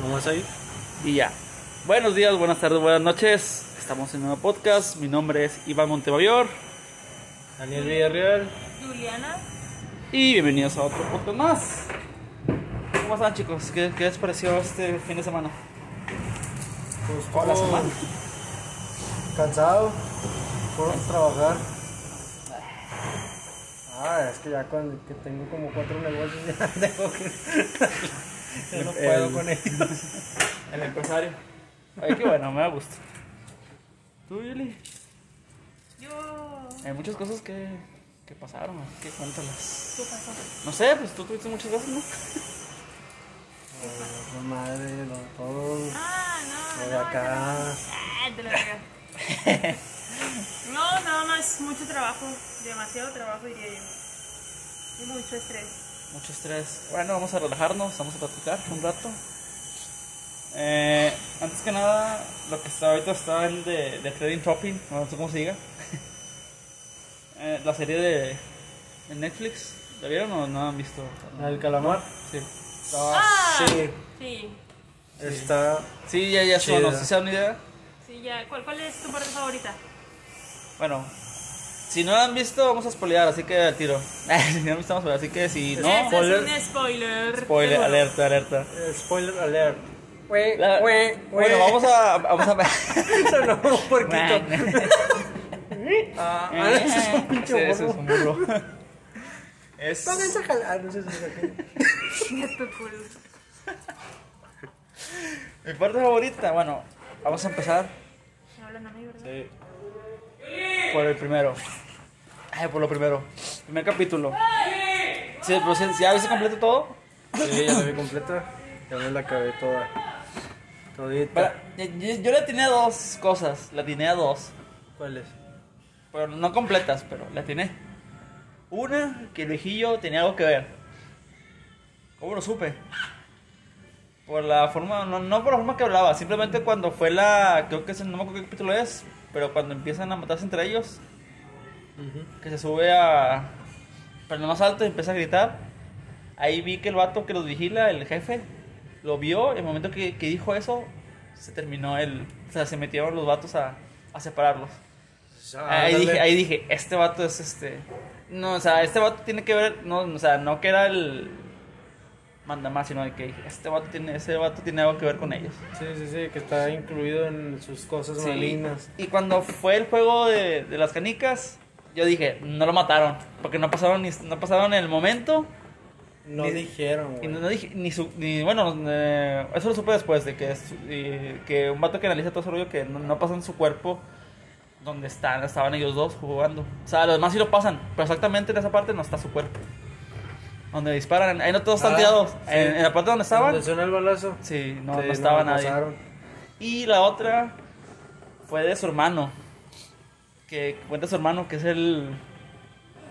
Vamos a ir. Y ya. Buenos días, buenas tardes, buenas noches. Estamos en un nuevo podcast. Mi nombre es Iván Montemayor. Daniel Villarreal. Juliana. Y bienvenidos a otro podcast más. ¿Cómo están, chicos? ¿Qué, qué les pareció este fin de semana? Pues ¿O la todo semana? Cansado, por trabajar. Ah, es que ya con que tengo como cuatro negocios ya tengo que. ya no puedo El- con ellos. El empresario. Ay, qué bueno, me da gusto. ¿Tú, Yuli? Yo. Hay muchas cosas que, que pasaron, así que cuéntalas. ¿Qué pasó? No sé, pues tú tuviste muchas cosas, ¿no? No, Pues, madre, no, todo. Ah, no. Lo de no, acá. no. Ah, te la verga. No, nada más. Mucho trabajo. Demasiado trabajo, diría yo. Y mucho estrés. Mucho estrés. Bueno, vamos a relajarnos, vamos a platicar un rato. Eh, antes que nada, lo que está ahorita está el de, de Trading Shopping, no sé cómo se diga. Eh, la serie de, de Netflix, ¿la vieron o no la han visto? El calamar. Sí, Ah, sí. Sí. Está. sí ya, ya son, Chida. no sé si se dan una idea. Sí, ya. ¿Cuál, cuál es tu parte favorita? Bueno, si no la han visto, vamos a spoilear, así que al tiro. si no la han visto, vamos a spoilear, así que si no, Ese spoiler. es un spoiler. spoiler, seguro. alerta, alerta. eh, Spoiler alert. Güey, La- güey, bueno, vamos a... Vamos a Sonó un puerquito. Bueno. Ah, ah, ese es un Sí, pinche ese es burro. un burro. Es- Pónganse a jalar. ah, No sé si es aquí. Cierto, culo. Mi parte favorita, bueno, vamos a empezar No hablan a mí, ¿verdad? por el primero. Ay, por lo primero. Primer capítulo. Sí, pero si- si ¿Ya viste completo todo? Sí, ya la vi completa. Ya me la acabé toda. Para- Todita. yo, yo- yo le atiné a dos cosas, le atiné a dos. ¿Cuál es? Pero no completas, pero le atiné. Una, que el viejillo tenía algo que ver. ¿Cómo lo supe? Por la forma, no, no por la forma que hablaba, simplemente cuando fue la, creo que es, no me acuerdo qué capítulo es, pero cuando empiezan a matarse entre ellos, que se sube a. Pero lo más alto y empieza a gritar. Ahí vi que el vato que los vigila, el jefe, lo vio. En el momento que, que dijo eso, se terminó el. O sea, se metieron los vatos a, a separarlos. Ah, ahí, dije, ahí dije, este vato es este. No, o sea, este vato tiene que ver. No, o sea, no que era el. Manda más, sino el que dije, este vato tiene, ese vato tiene algo que ver con ellos. Sí, sí, sí, que está incluido en sus cosas Sí. malignas. Y cuando fue el juego de, de las canicas, yo dije, no lo mataron. Porque no pasaron, ni, no pasaron en el momento. No Ni- dijeron, Y güey. no, no dije, ni, su- ni- bueno, eh, eso lo supe después de que, es- y- que un vato que analiza todo ese rollo que no, no pasa en su cuerpo donde están, estaban ellos dos jugando. O sea, los demás sí lo pasan, pero exactamente en esa parte no está su cuerpo. Donde disparan, ahí no todos están Ah, tirados. sí. En, en la parte donde estaban, Donde suena el balazo? sí, no, Sí, no estaba lo nadie. pasaron. Y la otra fue de su hermano. Que cuenta su hermano, que es el.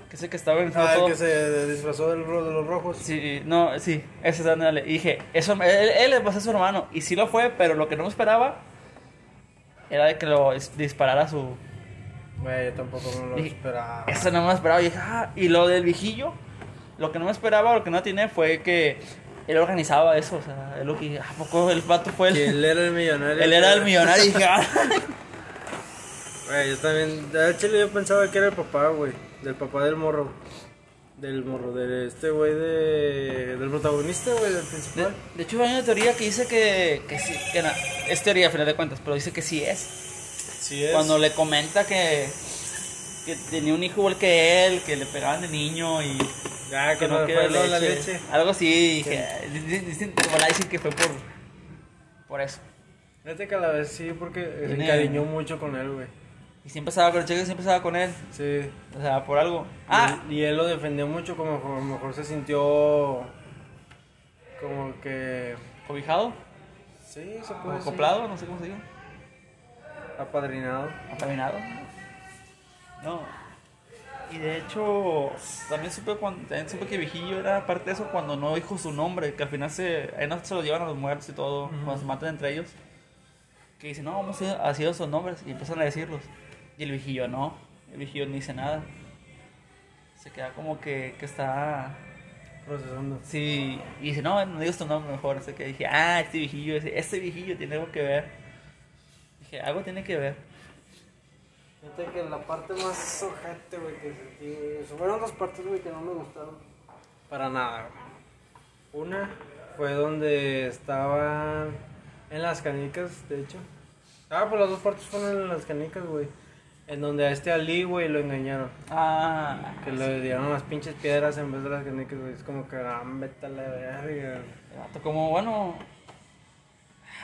que es el que estaba en el Ah, el todo. que se disfrazó del ro- de los rojos. Sí, no, sí, ese es dándole. Y dije, eso, él, él es a su hermano. Y sí lo fue, pero lo que no me esperaba era de que lo dis- disparara su. Güey, yo tampoco me lo Dije, esperaba. Eso no me lo esperaba. Y dije, ah, y lo del viejillo, lo que no me esperaba, lo que no tiene fue que él organizaba eso. O sea, él lo que. ¿A poco el pato fue el.? Que él era el millonario. Él era el millonario. Y dije, ah. Güey, yo también. De chile yo pensaba que era el papá, güey. Del papá del morro. Del morro, de este güey de. Del protagonista, güey, del De, principal. de hecho, hay una teoría que dice que, que sí, que na- es teoría a final de cuentas, pero dice que sí es. Sí, es. Cuando le comenta que, que tenía un hijo igual que él, que le pegaban de niño y Ya, que que no no quería la leche. leche. Algo así, y que di- di- dicen, como la dicen que fue por, por eso. Neta que a la vez sí, porque se Tiene- encariñó mucho con él, güey. Y siempre estaba con el chico, siempre estaba con él, Sí. o sea, por algo. Ah, Y, y él lo defendió mucho, como a lo mejor se sintió. Como que. cobijado, Ah, Sí, se o puede decir. acoplado, no sé cómo se diga, Apadrinado. contaminado. No. Y de hecho, también supe, cuando, también supe que Vigillo era parte de eso cuando no dijo su nombre, que al final se, ahí no se lo llevan a los muertos y todo, cuando se matan entre ellos. Que dicen, no, vamos a decir- a decir esos nombres, y empiezan a decirlos. Y el Vigillo no, el Vigillo no dice nada. Se queda como que, que está procesando. Sí, y dice, no, no digas tu nombre mejor. Así que dije, ah, este viejillo, ese, este viejillo tiene algo que ver. Dije, algo tiene que ver. Fíjate que la parte más ojete, güey, que sentí, güey, eso fueron dos partes, güey, que no me gustaron. Para nada, güey. Una fue donde estaban en las canicas, de hecho. Ah, pues las dos partes fueron en las canicas, güey. En donde a este Ali, güey, lo engañaron. Ah, Que le dieron las pinches piedras en vez de las canicas, güey. Es como que, ah, vete a la verga. el vato como, bueno.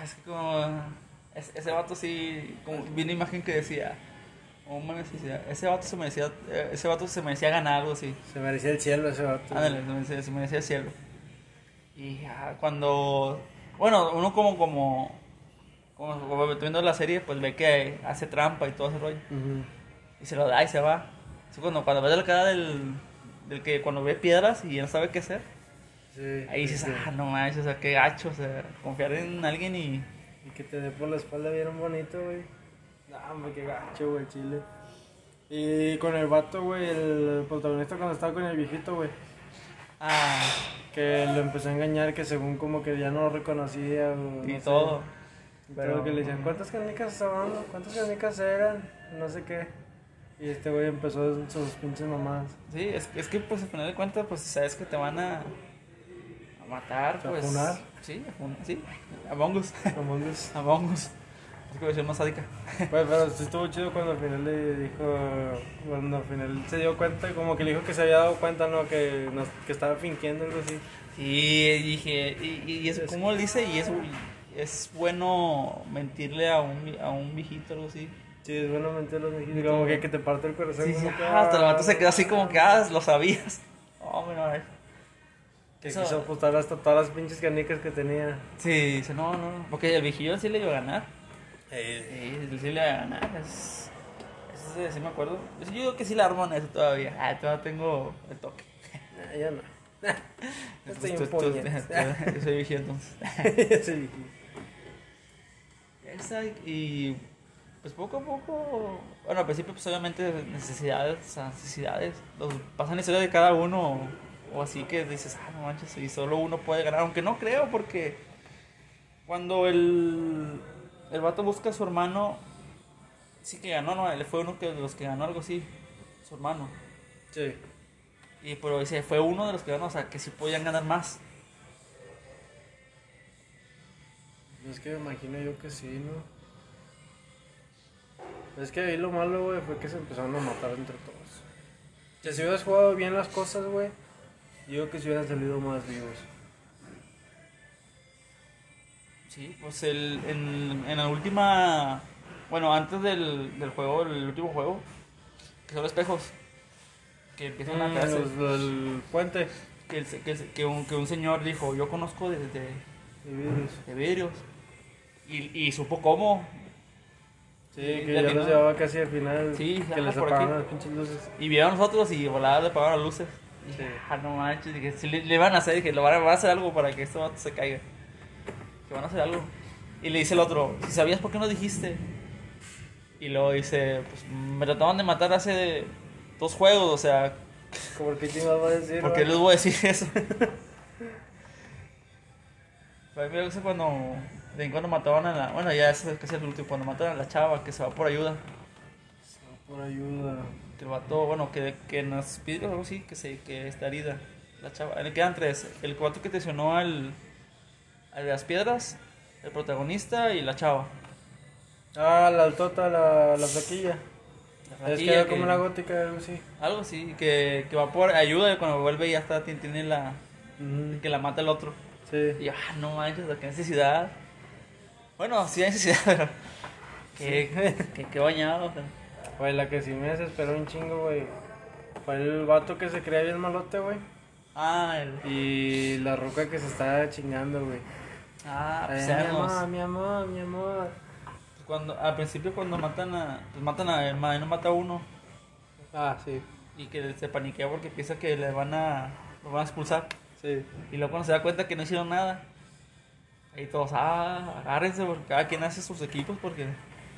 Es que como. es- ese vato sí. Como, vi una imagen que decía. "Oh, man, sí, sí, ese vato se merecía, eh, ese vato se merecía ganar algo así. Se merecía el cielo ese vato. güey. Ándale, se merecía, se merecía el cielo. Y ah, cuando. Bueno, uno como. como como, como viendo la serie, pues ve que hace trampa y todo ese rollo. Ujú. Y se lo da y se va. Eso cuando, cuando ves la cara del, del que cuando ve piedras y él sabe qué hacer, Sí. ahí dices, sí. ah, no manches, o sea, qué gacho, o sea, confiar en alguien y... Y que te dé por la espalda bien bonito, güey. No, hombre, qué gacho, güey, chile. Y con el vato, güey, el protagonista cuando estaba con el viejito, güey. Ah, Que lo empezó a engañar, que según como que ya no lo reconocía. o y no sé. todo. Y Pero- todo que le decían, ¿cuántas canicas son? ¿Cuántas canicas eran? No sé qué. Y este güey empezó sus pinches mamadas. Sí, es, es que pues al final de cuentas, pues sabes que te van a, a matar, ¿A pues... funar? Sí, a funar, sí, a bongos, Como un des- a bongos. Es que voy a ser más sádica. Pues, pero sí estuvo chido cuando al final le dijo, cuando al final se dio cuenta, como que le dijo que se había dado cuenta, ¿no? Que, nos- que estaba fingiendo algo así. Y dije, y, y- y es como él dice, y es, es bueno mentirle a un, vi- a un viejito o algo así. Sí, es bueno mentir a los mexicanos. Como que, que te parte el corazón. Sí, sí, como que, ah, hasta el vato se quedó así como que, ah, lo sabías. Oh, bueno, eh. Que Eso- quiso apostar hasta todas las pinches canicas que tenía. Sí, dice, no, no, no, porque el vigillo sí le iba a ganar. Sí, él sí le iba a ganar. Es, eso sí, sí me acuerdo. Yo sí- yo digo que sí la armo en eso todavía. Ah, todavía tengo el toque. Nah, ya no. Estoy Entonces, en tú- tú- puñetas. Yo soy vigillo entonces. Sí. Esa, y pues poco a poco, bueno, al principio pues obviamente necesidades, a necesidades, los, pasan la historia de cada uno o así que dices, ah, no manches, y solo uno puede ganar, aunque no creo porque cuando el, el vato busca a su hermano, sí que ganó, no, él fue uno que, de los que ganó algo así, su hermano, Sí. y pero dice, fue uno de los que ganó, o sea, que sí podían ganar más. Es que me imagino yo que sí, ¿no? Es que ahí lo malo, güey, fue que se empezaron a matar entre todos. Que si hubieras jugado bien las cosas, güey, yo creo que si hubieran salido más vivos. Sí, pues el, en, en la última. Bueno, antes del, del juego, el último juego, que son los espejos. Que empiezan a Mm, caerse. los- los- el puente Que, el se- que, el se- que un, que un señor dijo: Yo conozco desde de, y virus. de vidrios. Y, y supo cómo. Sí, Y que ya ya tiene- los llevaba casi al final. Sí, que ajá, les por apagaron aquí. las pinches luces. Y vieron a nosotros y volada le apagaron las luces. Y Sí. dije, ah, no manches. Dije: si le, le van a hacer, dije, lo van a, van a hacer algo para que este vato se caiga. Que van a hacer algo. Y le dice el otro: Si sabías por qué no dijiste. Y luego dice: Pues me trataban de matar hace dos juegos, o sea, ¿Por qué chingados va a decir? ¿por qué güey? les voy a decir eso? Para mí me gusta cuando. De cuando mataban a la. Bueno, ya eso es casi el último. Cuando mataron a la chava que se va por ayuda. Por ayuda. Que el Este vato, bueno, que, que nos pide algo así, que, se, que está herida. La chava. Le quedan tres. El cuatro que tensionó al. Al de las piedras, el protagonista y la chava. Ah, la altota, la, la flaquilla. La es que flaquilla era como una gótica, algo así. Algo así, que, que va por ayuda y cuando vuelve ya está, tiene, tiene la. Ujú. Que la mata el otro. Sí. Y yo, ah, no manches, qué necesidad. Bueno, sí hay necesidad, pero. Qué, qué, qué bañado, o sea. Güey, la que sí me desesperó un chingo, güey. Fue el vato que se creía bien malote, güey. Ah, el. Y la roca que se estaba chingando, güey. Ah, Eh, pues mi éramos- amor, mi amor, mi amor. Cuando, al principio, cuando matan a. Pues matan a. Madeno mata a uno. Ah, sí. Y que se paniquea porque piensa que le van a. Lo van a expulsar. Sí. Y luego cuando se da cuenta que no hicieron nada. Ahí todos, ah, agárrense porque cada quien hace sus equipos porque.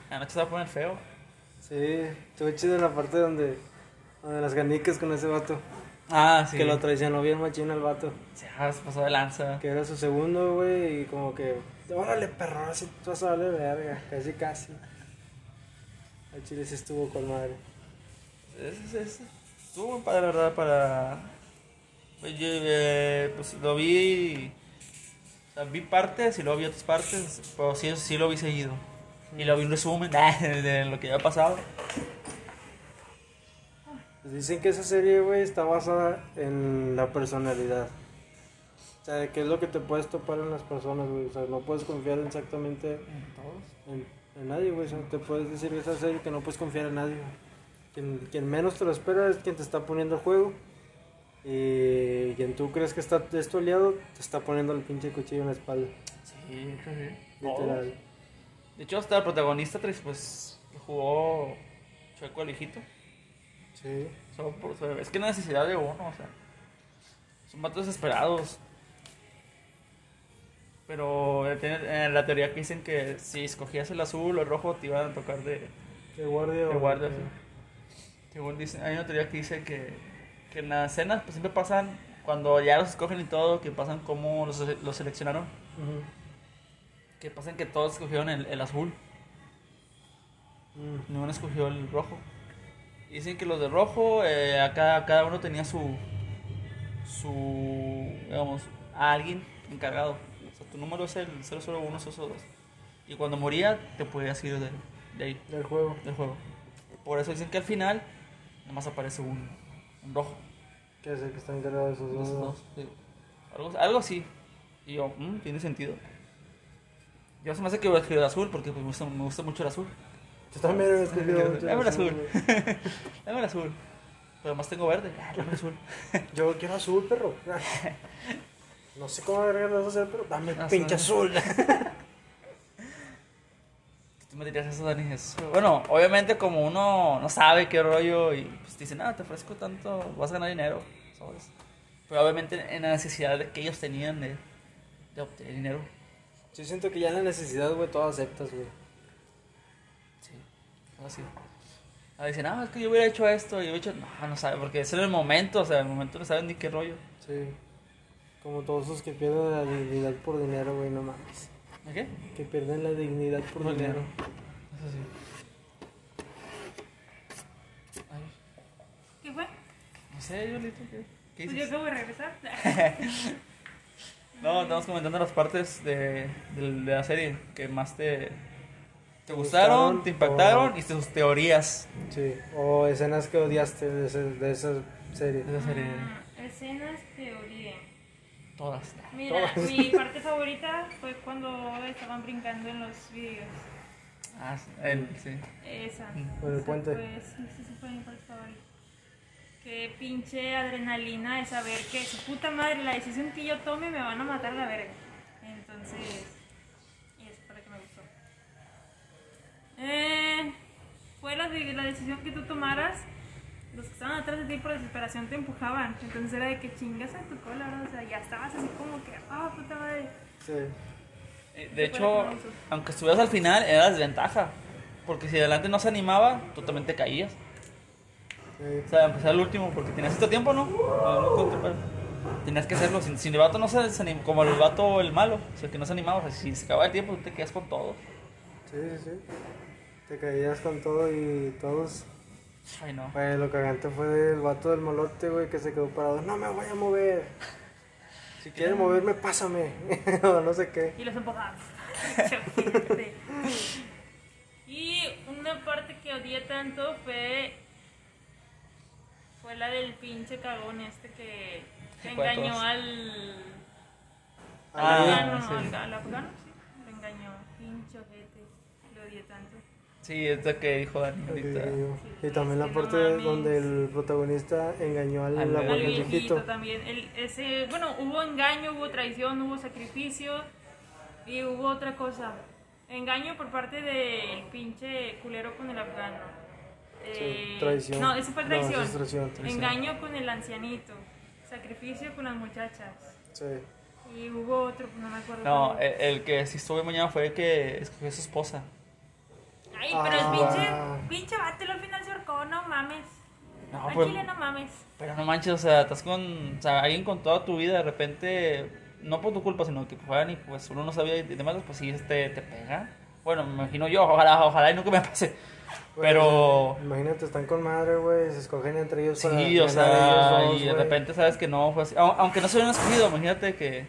La noche se va a poner feo. Sí. Estuvo chido la parte donde, donde las ganicas con ese vato. Ah, sí. Que lo traicionó bien machín el vato. Se ah, se pasó de lanza. Que era su segundo, güey, y como que, órale, perro, así tú vas a darle verga, casi, casi. El chile sí estuvo con madre. Es, es, es- Estuvo muy padre, la verdad, para... Pues, yo, eh, pues lo vi... o sea, vi partes y luego vi otras partes, pero sí, sí lo vi seguido. Y lo vi un resumen de lo que había pasado. Pues Dicen que esa serie, güey, está basada en la personalidad. O sea, de qué es lo que te puedes topar en las personas, güey. O sea, no puedes confiar exactamente en, en nadie, güey. O sea, te puedes decir esa serie que no puedes confiar en nadie. güey. Quien, quien menos te lo espera es quien te está poniendo el juego. Y quien tú crees que está es tu aliado, te está poniendo el pinche cuchillo en la espalda. Sí, Oh. Literal. De hecho, hasta el protagonista, Tris, pues, jugó chueco al hijito. Sí. Solo por- es que no hay necesidad de uno, o sea. Son vatos desesperados. Pero eh, tiene- en la teoría que dicen que si escogías el azul o el rojo te iban a tocar de, Que guardia. de o- guardia. sí. Según dicen, hay una teoría que dice que, que en las cenas pues, siempre pasan, cuando ya los escogen y todo, que pasan como los, los seleccionaron. Ujú. Que pasan que todos escogieron el, el azul. Mm. Ninguno escogió el rojo. Dicen que los de rojo, eh, a cada, cada uno tenía su. su. digamos, a alguien encargado. O sea, tu número es el 001, 002. Y cuando moría, te podías ir de, de ahí, Del juego. del juego. Por eso dicen que al final, nomás aparece un, un rojo. Que es el que está encargado de esos de esos dos. dos, sí. Algo, algo así. Y yo, "Mm, tiene sentido. Yo se me hace que voy a escribir el azul porque pues, me, gusta, me gusta mucho el azul. Yo también he escogido mucho Dame el azul. güey. Dame el azul. Pero más tengo verde. Ah, Dame el azul. Yo quiero azul, perro. No sé cómo agregarle eso azul, pero dame Ah, Azul. pinche azul. Tú me dirías eso, Dani. Es- Bueno, obviamente como uno no sabe qué rollo y pues te dicen, ah, te ofrezco tanto, vas a ganar dinero. ¿sabes? Pero obviamente en la necesidad de que ellos tenían de, de obtener dinero. Yo siento que ya en la necesidad, güey, todo aceptas, güey. Sí, algo así. Ah, dicen, ah, es que yo hubiera hecho esto. Y yo he hecho, no, no sabe, porque es en el momento, o sea, en el momento no saben ni qué rollo. Sí. Como todos esos que pierden la dignidad por dinero, güey, no mames. ¿De qué? Que pierden la dignidad por Por dinero. dinero. Eso sí. Ay, ¿Qué fue? no sé, Yolito, ¿qué, qué Pues yo dices? acabo de regresar. No, estamos comentando las partes de, de, de la serie que más te, te gustaron, gustaron te impactaron o- y sus teorías Sí. O escenas que odiaste de, ese- de esa serie. de la serie. Ah, Escenas teoría. Todas. Mira, Todas. mi parte favorita fue cuando estaban brincando en los vídeos. Ah, sí, el- sí. Esa. Mm. Por el Esa puente. fue- sí, sí, sí, fue mi parte favorita. Qué pinche adrenalina de saber que su puta madre, la decisión que yo tome me van a matar la verga. Entonces, y es para que me gustó. Eh, fue la, de- la decisión que tú tomaras. Los que estaban atrás de ti por desesperación te empujaban. Entonces era de que chingas en tu cola, ¿verdad? O sea, ya estabas así como que, ah, puta madre. Sí. Eh, Se De puede hecho, tomar eso. aunque estuvieras al final, era desventaja. Porque si adelante no se animaba, tú también te caías. Sí. O sea, empezar el último, porque tenías este tiempo, ¿no? No, no te- pero Tenías que hacerlo. Sin, sin el vato no se desanimó, como el vato el malo, o sea, el que no se animaba. O sea, si se acababa el tiempo, tú te quedas con todo. Sí, sí, sí. Te caías con todo y todos. Ay, no. Güey, lo cagante fue del vato del molote, güey, que se quedó parado. No me voy a mover. Si quieres moverme, pásame. o no sé qué. Y los empujaban. y una parte que odié tanto fue. Fue la del pinche cagón este que, que ¿Cuál de engañó todos? al. Ah, al afgano, sí. al, al afgano, sí. Lo engañó. Pinche ojete. Lo odié tanto. Sí, es lo que dijo Dani ahorita. Y también la parte donde el protagonista engañó al Al- abuelo Al el del viejito viejito. también. El, ese, bueno, hubo engaño, hubo traición, hubo sacrificio y hubo otra cosa. Engaño por parte del pinche culero con el afgano. Eh, Sí, traición. No, eso fue No, traición. eso es traición, traición. Engaño con el ancianito. Sacrificio con las muchachas. Sí. Y hubo otro, no me acuerdo. No, eh, cuál era. el, el que sí estuve mañana fue el que escogió a su esposa. Ay, pero el Ah. pinche, pinche vato al final se ahorcó, no mames. No, Al pues- chile no mames. Pero no manches, o sea, estás con o sea, alguien con toda tu vida, de repente, no por tu culpa, sino que juegan y pues uno no sabía y demás, pues sí, este, te pega. Bueno, me imagino yo, ojalá, ojalá y nunca me pase. Pero, Imagínate, están con madre, güey. Se escogen entre ellos. para sí, o ganar ellos sea, dos, y de güey. repente sabes que no fue así. Au- Aunque no se hubieran escogido, imagínate que,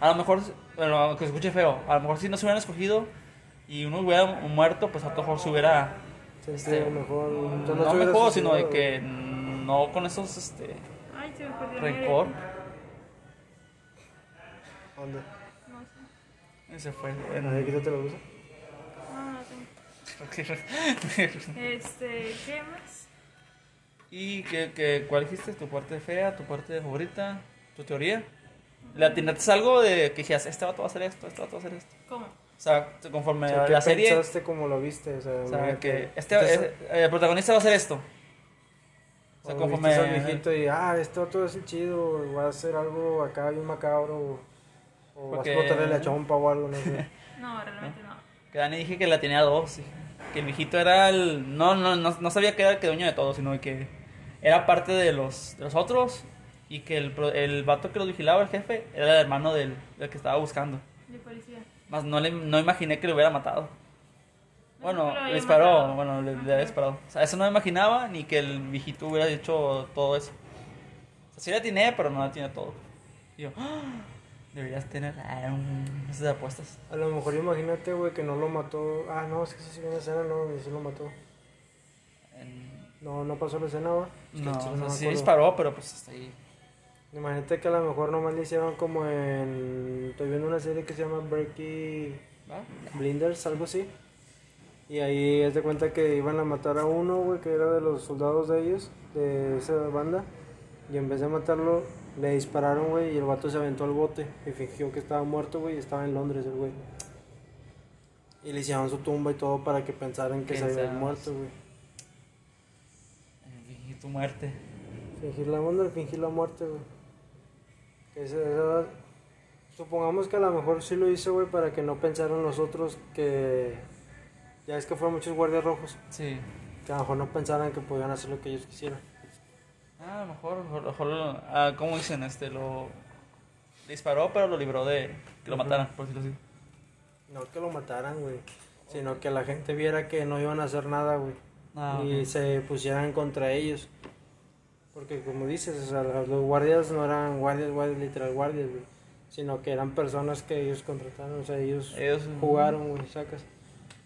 a lo mejor, bueno, aunque se escuche feo, a lo mejor si no se hubieran escogido y uno hubiera muerto, pues a lo mejor se hubiera Sentido este, mejor. no, No, me juego, sino de que no con esos este Ay, se me perdió. el rencor. ¿Dónde? aire. No sé. Ese fue. A ver, quítate la blusa. No, no tengo. Este, ¿qué más? ¿Y qué, qué, cuál dijiste? ¿Tu parte fea? ¿Tu parte favorita? ¿Tu teoría? ¿Le atinaste algo de que dijeras, este vato va a hacer esto, este vato va a hacer esto? ¿Cómo? O sea, te- conforme O sea, a ¿qué la serie, pensaste como lo viste? O sea, o sea, imagínate, que este, estás- eh, el protagonista va a hacer esto. O sea, O conforme... Oh, viste al viejito y, ah, esto todo es chido, o va a hacer algo acá bien macabro, o, o Porque- va a explotarle la chompa o algo, no sé. No, realmente no. Que Dani dije que la tenía dos. Que el viejito era el. No, no, no, no sabía que era el que dueño de todo, sino que era parte de los, de los otros. Y que el, pro- el vato que los vigilaba, el jefe, era el hermano del, del que estaba buscando. De policía. Más no, le, no imaginé que lo hubiera matado. No, Bueno, que lo le haya disparó, matado. bueno, le, le Ajá. había disparado. O sea, eso no me imaginaba ni que el viejito hubiera hecho todo eso. O sea, sí la tiene, pero no la tiene todo. Y yo, ¡Ah! deberías tener ah, un- esas apuestas. A lo mejor imagínate, güey, que no lo mató. Ah, no, es que sí, sí, una escena, no, güey, sí lo mató. En- No, no pasó la escena, güey. Es que No, al chile o sea, me sí acuerdo. disparó, pero pues hasta ahí. Imagínate que a lo mejor nomás le hicieron como en... Estoy viendo una serie que se llama Breaky ¿va? Blinders, algo así. Y ahí es de cuenta que iban a matar a uno, güey, que era de los soldados de ellos, de esa banda. Y en vez de matarlo, le dispararon, güey, y el vato se aventó al bote. Y fingió que estaba muerto, güey, y estaba en Londres el güey. Y le hicieron su tumba y todo para que pensaran que se había Pensaron. muerto, güey. Y tu muerte. Fingir la onda, fingir la muerte, güey. Que esa- esa- supongamos que a lo mejor sí lo hizo, güey, para que no pensaran nosotros que... Ya es que fueron muchos guardias rojos. Sí. Que a lo mejor no pensaran que podían hacer lo que ellos quisieran. Ah, a lo mejor, a lo mejor, lo- ah, ¿cómo dicen? Este, lo disparó, pero lo libró de que lo Ujú. mataran, por decirlo así. No que lo mataran, güey. Sino que la gente viera que no iban a hacer nada, güey. Ah, y ok. se pusieran contra ellos. Porque como dices, o sea, los los guardias no eran guardias, guardias, literal guardias, güey. Sino que eran personas que ellos contrataron, o sea, ellos Ellos jugaron, güey, sacas.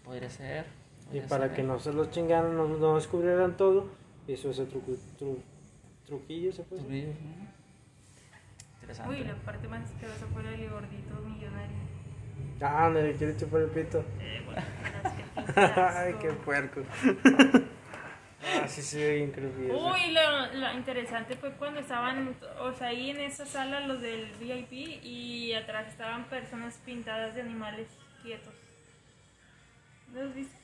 Podría ser. Y podría para ser. que no se los chingaran, no, no descubrieran todo, hizo ese trucu- tru- truquillo, ¿se puede Tus decir? brillos, ¿no? Interesante. Uy, la parte más asquerosa fue la del gordito millonario. Ah, me le quiere chupar el pito. Eh, bueno, las que pinche Ay, asco. qué puerco. ah, sí, sí, bien creepy, o sea. Uy, lo, lo interesante fue cuando estaban, o sea, ahí en esa sala los del VIP y atrás estaban personas pintadas de animales quietos. ¿No ¿Los viste?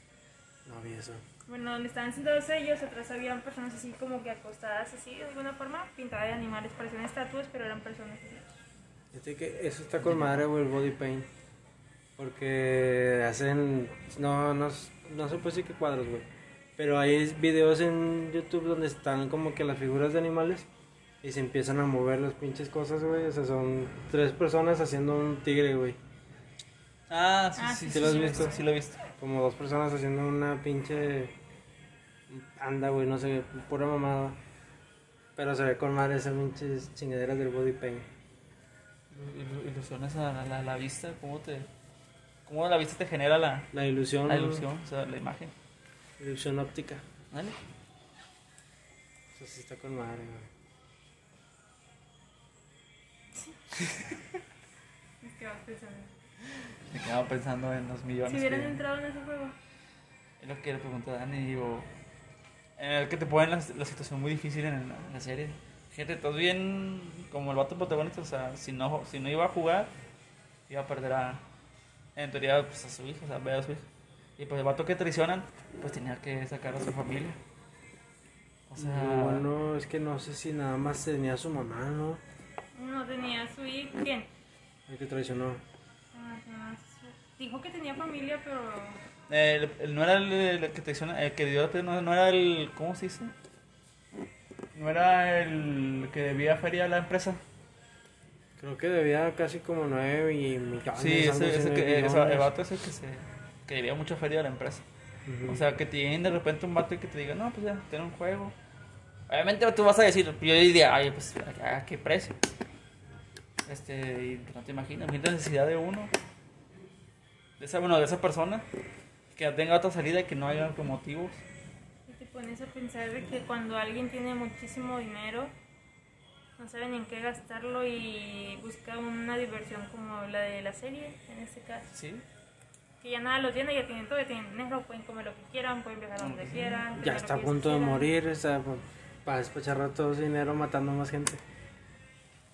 No vi eso. Bueno, donde estaban sentados ellos, atrás habían personas así como que acostadas así, de alguna forma, pintadas de animales, parecían estatuas, pero eran personas así. Fíjate Este que eso está con madre, güey, el body paint. Porque hacen. No, no, no se puede decir que cuadros, güey. Pero hay videos en YouTube donde están como que las figuras de animales y se empiezan a mover las pinches cosas, güey. O sea, son tres personas haciendo un tigre, güey. Ah, sí, Ah, sí, sí, sí, sí, lo has sí, visto. sí. Sí, lo he visto. Como dos personas haciendo una pinche. Anda, güey, no sé, pura mamada. Pero se ve con madre esas pinches chingaderas del body paint. Ilu- Ilusiones a la, la- la vista, ¿cómo te. ¿Cómo la vista te genera la, La ilusión. la ilusión, o sea, la imagen? Ilusión óptica. ¿Vale? Eso sí está con madre, güey. Es que vas pensando. Me quedaba pensando en los millones. Si hubieran que- entrado en ese juego. Es lo que le pregunté a Dani, digo, en el que te ponen la, la situación muy difícil en la, en la serie. Gente, todo bien como el vato protagonista, o sea, si no, si no iba a jugar, iba a perder a, en teoría, pues a su hijo, o sea, ver a su hijo. Y pues el vato que traicionan, pues tenía que sacar a su familia. O sea, No, no, es que no sé si nada más tenía a su mamá, ¿no? No tenía su hijo. ¿Quién? El que traicionó. Ah, tenía su- Dijo que tenía familia, pero. el- el- no era el, el que traiciona, el que dio la pena, no, no era el, ¿cómo se dice? ¿No era el que debía feria a la empresa? Creo que debía casi como 9 y millones. Sí, Ah, ese, algo así, ese nueve que, millones. ese- el vato es el que, se, que debía mucha feria a la empresa. Ujú. O sea, que te lleguen de repente un vato y que te diga, no, pues ya, tiene un juego. Obviamente tú vas a decir, yo diría, ay, pues a qué precio. Este, y no te imaginas, imagínate la necesidad de uno. De esa, bueno, de esa persona. Que no tenga otra salida y que no haya otros motivos. Y te pones a pensar de que cuando alguien tiene muchísimo dinero, no saben en qué gastarlo y busca una diversión como la de la serie, en este caso. ¿Sí? Que ya nada lo tiene, ya tienen todo, ya tienen dinero, pueden comer lo que quieran, pueden viajar a donde quieran. tener Ya lo está a que punto de quieran. morir, o sea, pues, para despacharrar todo ese dinero matando más gente.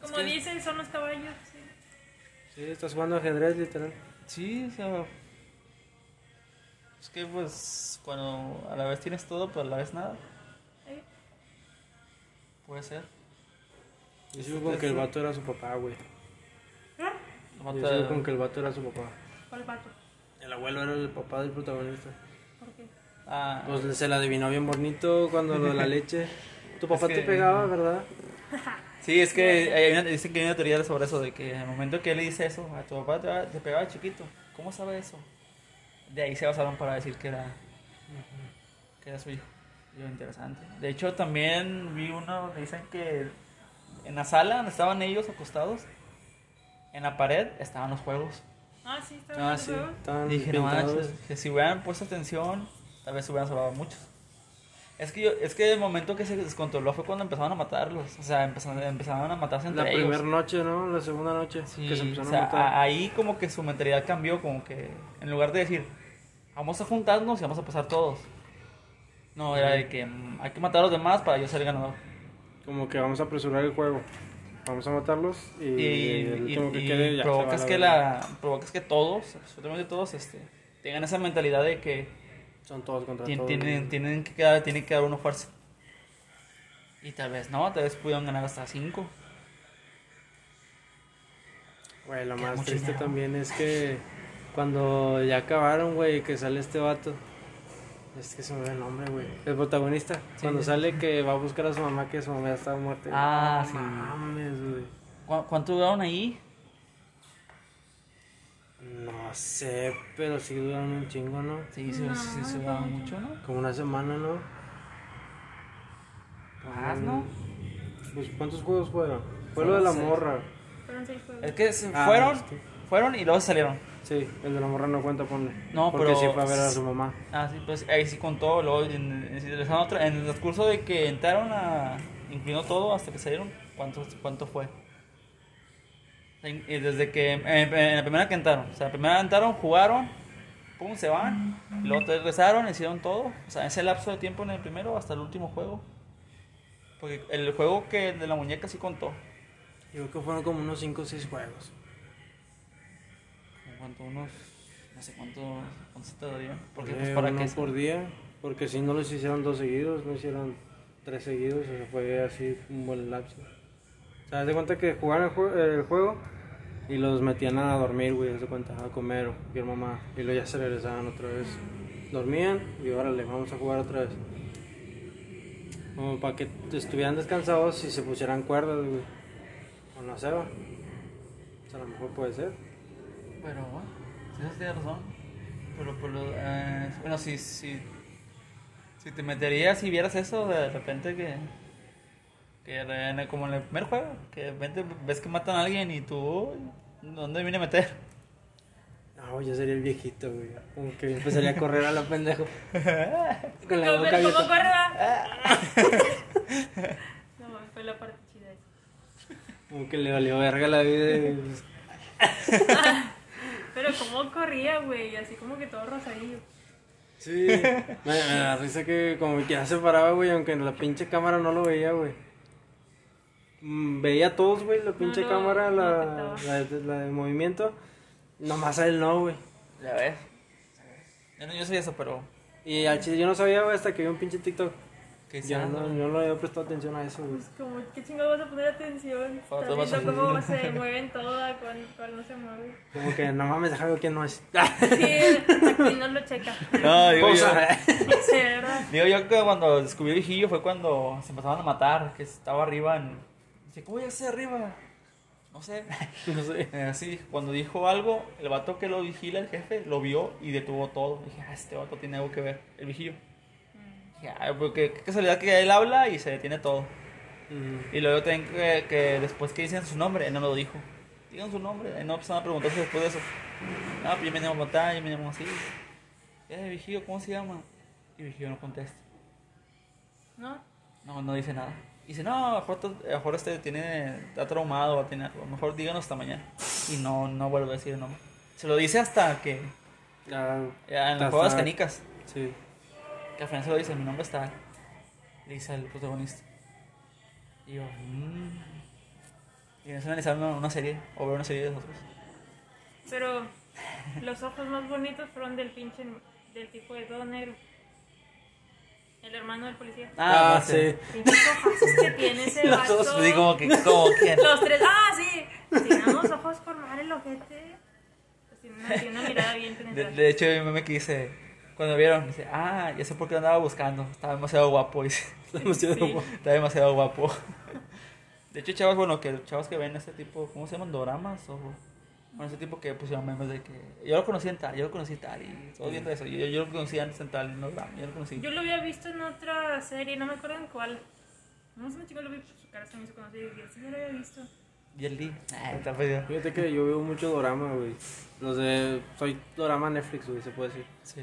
Como dicen, son los caballos. sí. Sí, estás jugando ajedrez, literal. Sí, o sea. Es que pues cuando a la vez tienes todo, pero a la vez nada. Eh, Puede ser. Yo sigo con que el vato era su papá, güey. ¿ah? El vato Yo sigo de- con que el vato era su papá. ¿Cuál pato? El abuelo era el papá del protagonista. ¿Por qué? Ah, Pues se la adivinó bien bonito cuando lo de la leche. Tu papá que- te pegaba, ¿verdad? Sí, es que hay una, dicen que hay una teoría sobre eso, de que en el momento que él dice eso, a tu papá te, va- te pegaba de chiquito, ¿cómo sabe eso? De ahí se basaron para decir que era, que era su hijo. Yo, interesante. De hecho, también vi uno donde dicen que en la sala donde estaban ellos acostados, en la pared estaban los juegos. Ah, sí, está Ah, bien. sí. Estaban Dije, no pintados. manches, que si hubieran puesto atención, tal vez se hubieran salvado muchos. Es que, yo, es que el momento que se descontroló fue cuando empezaron a matarlos. O sea, empezaron, empezaron a matarse entre La ellos. primera noche, ¿no? La segunda noche. Sí, que se empezaron o sea, ah, a matar. a- ahí como que su mentalidad cambió, como que en lugar de decir, vamos a juntarnos y vamos a pasar todos. No, era de que mm, hay que matar a los demás para yo ser ganador. Como que vamos a apresurar el juego. Vamos a matarlos y, Y, el y- último que y quede ya se va a provocas, que verga. la, provocas que todos, absolutamente todos, este, tengan esa mentalidad de que Son todos contra tien- todos. tienen, tienen, que quedar, tienen que dar uno fuerza. Y tal vez no, tal vez pudieron ganar hasta 5. Güey, lo Qué más mucho dinero. triste este también es que cuando ya acabaron, güey, que sale este vato. Es que se me ve el nombre, güey. El protagonista. cuando sí. sale que va a buscar a su mamá, que su mamá ya estaba muerta. Ah, No sí. Mames, güey. ¿Cuánto duraron ahí? No sé, pero sí duraron un chingo, ¿no? Sí, sí, No, sí, sí, no duraron mucho. mucho, ¿no? Como una semana, ¿no? Ah, Más, ¿no? Pues, ¿cuántos juegos fueron? Fue lo de la Seis. morra. Fueron seis juegos. Es que se Ah, fueron, este. fueron y luego salieron. Sí, el de la morra no cuenta, ponle. No, Porque pero- sí fue a ver a su mamá. Ah, sí, pues ahí sí contó, luego en, en- en el otro- en el transcurso de que entraron a... Inclinó todo hasta que salieron, ¿cuánto, cuánto fue? En- y desde que... En, en la primera que entraron, o sea, la primera entraron, jugaron, pum, se van, y luego te regresaron, hicieron todo. O sea, ese lapso de tiempo en el primero hasta el último juego. Porque el juego que de la muñeca sí contó. Yo creo que fueron como unos 5 o 6 juegos. En cuanto unos... No sé cuánto, cuánto se tardaría. Porque Eh, pues para uno que... por día, porque si no los hicieron dos seguidos, no hicieron tres seguidos, o sea, fue así un buen lapso. O sea, haz de cuenta que jugaban el, jue- el juego y los metían a dormir, güey, haz de cuenta, a comer, o cualquier mamá, y luego ya se regresaban otra vez. Dormían y órale, vamos a jugar otra vez. Como para que estuvieran descansados y se pusieran cuerdas, güey. O no sé, va. O sea, a lo mejor puede ser. Pero bueno, si eso tiene razón. Pero, por lo- eh, bueno, si, si, si te meterías y vieras eso, de repente que. que de- en el- como en el primer juego, que de repente ves que matan a alguien y tú. ¿Dónde vine a meter? No, yo sería el viejito, güey. Como que empezaría a correr a la pendejo. Con la Pero, boca pero ¿Cómo abierta. Ah. corre? va? no, mames, fue la parte chida esa. Como que le valió verga la vida. y, pues, Pero cómo corría, güey, así como que todo rosadillo. Sí. Me, me da risa que como que ya se paraba, güey, aunque en la pinche cámara no lo veía, güey. Mm, Veía a todos, güey, la pinche lo- cámara, no la, detectaba. la, de- la de movimiento. Nomás a él no, güey. Ya ves. Yo no, yo soy eso, pero. Y al chile yo no sabía, güey, hasta que vi un pinche TikTok. que Yo sea. no, yo no había prestado atención a eso, güey. Pues como, ¿qué chingados vas a poner atención? Foto, Estás vas a- viendo cómo se mueven todas, cuál, cuál no se mueve. Como que no mames, déjame ver quién no es. Sí, aquí no lo checa. No, digo yo, Cosa. Sí, ¿verdad? digo yo que cuando descubrí el viejillo fue cuando se empezaban a matar, que estaba arriba en... Dice, ¿cómo llegaste arriba? No sé. No sé. Eh, Así, cuando dijo algo, el vato que lo vigila, el jefe, lo vio y detuvo todo. Dije, ah, este vato tiene algo que ver, el vigillo. Dije, ah, pero qué, qué casualidad que él habla y se detiene todo. Mm. Y luego tienen que, que después que dicen su nombre, él no lo dijo. Digan su nombre, él no empezaron a preguntarse después de eso. Ah, pues yo me llamo Montana, yo me llamo así. Eh, vigillo, ¿cómo se llama? Y vigillo no contesta. ¿No? No, no dice nada. Dice, no, a lo mejor, a lo mejor este tiene, está traumado, va a tener algo. A lo mejor díganos hasta mañana. Y no, no vuelve a decir el nombre. Se lo dice hasta que, Ah, ya en Hasta- el juego de las canicas, sí. que al final se lo dice, mi nombre está, le dice al protagonista. Y yo, mmm. Y empecé a analizar una, una serie, o ver una serie de nosotros. Pero los ojos más bonitos fueron del pinche, del tipo de todo negro. El hermano del policía. Ah, no este, sé. sí. Pinches ojazos que tiene ese Los dos, vato. Sí, como que, como que. Los tres, ah, sí. Tiene unos ojos por mal el ojete. Pues tiene una, tiene una mirada bien De, penetrante. de hecho, mi meme que dice, cuando vieron, dice, ah, ya sé por qué lo andaba buscando, estaba demasiado guapo, dice. Demasiado Sí. guapo. Está demasiado guapo. De hecho, chavos, bueno, que chavos que ven este tipo, ¿cómo se llaman? Doramas o. Bueno, ese tipo que pusieron memes de que. Yo lo conocí en tal, yo lo conocí en tal, y todo viendo eso. Yo, yo lo conocí antes en tal, no drama, yo lo conocí. Yo lo había visto en otra serie, no me acuerdo en cuál. No sé, chico lo vi, pues, su cara se me hizo conocida y dije, sí, ya lo había visto. Y el Lee. Ah, está perdido. Fíjate que yo veo mucho dorama, güey. Los de. Soy dorama Netflix, güey, se puede decir. Sí.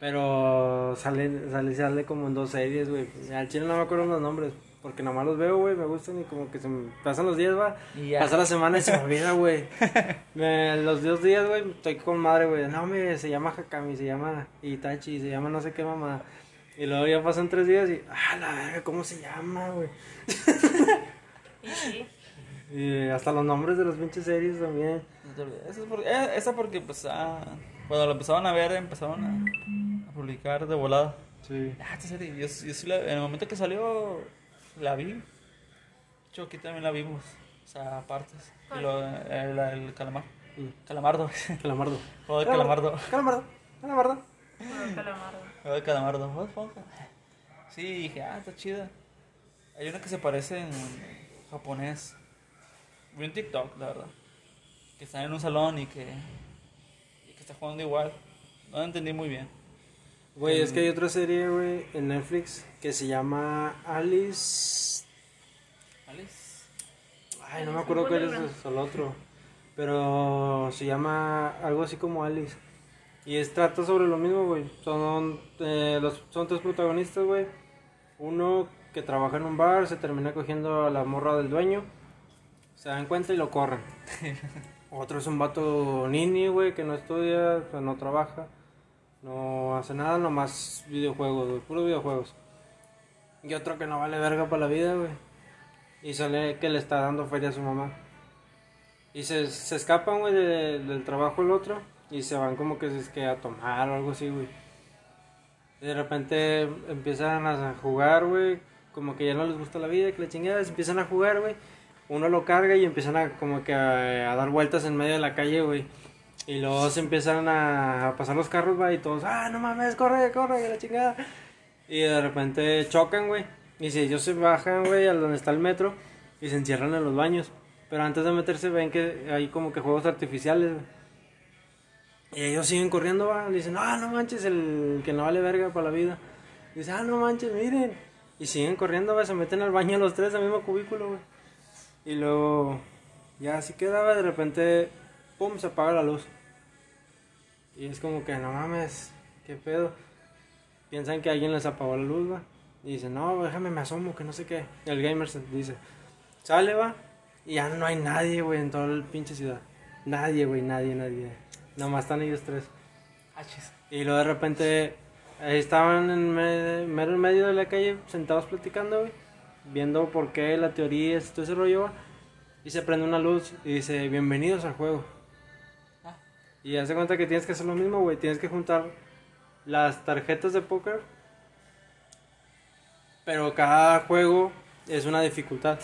Pero sale, sale, sale como en dos series, güey. Al chile no me acuerdo los nombres. Porque nomás los veo, güey, me gustan y como que se me pasan los días, va. Y ya. Pasa la semana y se me olvida, güey. Me- los dos días, güey, estoy con madre, güey. No, me se llama Hakami, se llama Itachi, se llama no sé qué mamá. Y luego ya pasan tres días y, ah, la verga, ¿cómo se llama, güey? Y sí, Y hasta los nombres de las pinches series también. No te olvides. Eso es porque, eh, eso porque, pues, ah, cuando lo empezaron a ver, empezaron a, a publicar de volada. Sí. Ah, esta serie, yo, yo sí la- en el momento que salió, la vi. De hecho, aquí también la vimos. O sea, partes. Y lo, eh, la- el, calamar. Mm. Calamardo. Calamardo. Juego de calamardo. Calamardo. Calamardo. por calamardo. Juego de calamardo. Juego de esponja. Sí, dije, ah, está chida. Hay una que se parece en japonés. Vi un TikTok, la verdad. Que están en un salón y que, y que está jugando igual. No la entendí muy bien. Güey, es que hay otra serie, güey, en Netflix que se llama Alice. ¿Alice? Ay, no me acuerdo cuál es es el otro. Pero se llama algo así como Alice. Y es, trata sobre lo mismo, güey. Son, eh, los, son tres protagonistas, güey. Uno que trabaja en un bar, se termina cogiendo a la morra del dueño. Se dan cuenta y lo corren. Otro es un vato nini, güey, que no estudia, o sea, no trabaja. No hace nada, nomás videojuegos, güey, puros videojuegos. Y otro que no vale verga para la vida, güey. Y sale que le está dando feria a su mamá. Y se, se escapan, güey, de- del trabajo el otro. Y se van como que, es que a tomar o algo así, güey. Y de repente empiezan a jugar, güey. Como que ya no les gusta la vida, que la chingada. se Empiezan a jugar, güey. Uno lo carga y empiezan a como que a, a dar vueltas en medio de la calle, güey. Y luego se empiezan a, a pasar los carros, güey. Y todos, ah, no mames, corre, corre, que la chingada. Y de repente chocan, güey. Y si ellos se bajan, güey, a donde está el metro y se encierran en los baños. Pero antes de meterse ven que hay como que juegos artificiales, güey. Y ellos siguen corriendo, va. Le dicen, ah, no manches, el que no vale verga para la vida. Dice, ah, no manches, miren. Y siguen corriendo, va. Se meten al baño los tres al mismo cubículo, güey. Y luego, ya así quedaba. De repente, pum, se apaga la luz. Y es como que, no mames, qué pedo. Piensan que alguien les apagó la luz, va. Y dicen, no, déjame, me asomo, que no sé qué. El gamer se dice, sale, va. Y ya no hay nadie, güey, en toda la pinche ciudad. Nadie, güey, nadie, nadie. Nomás están ellos tres. Ah, chis. Y luego de repente eh, estaban en me- mero en medio de la calle, sentados platicando, güey, viendo por qué la teoría es todo ese rollo. va, Y se prende una luz y dice, bienvenidos al juego. Ah. Y hace cuenta que tienes que hacer lo mismo, güey. Tienes que juntar las tarjetas de póker Pero cada juego es una dificultad.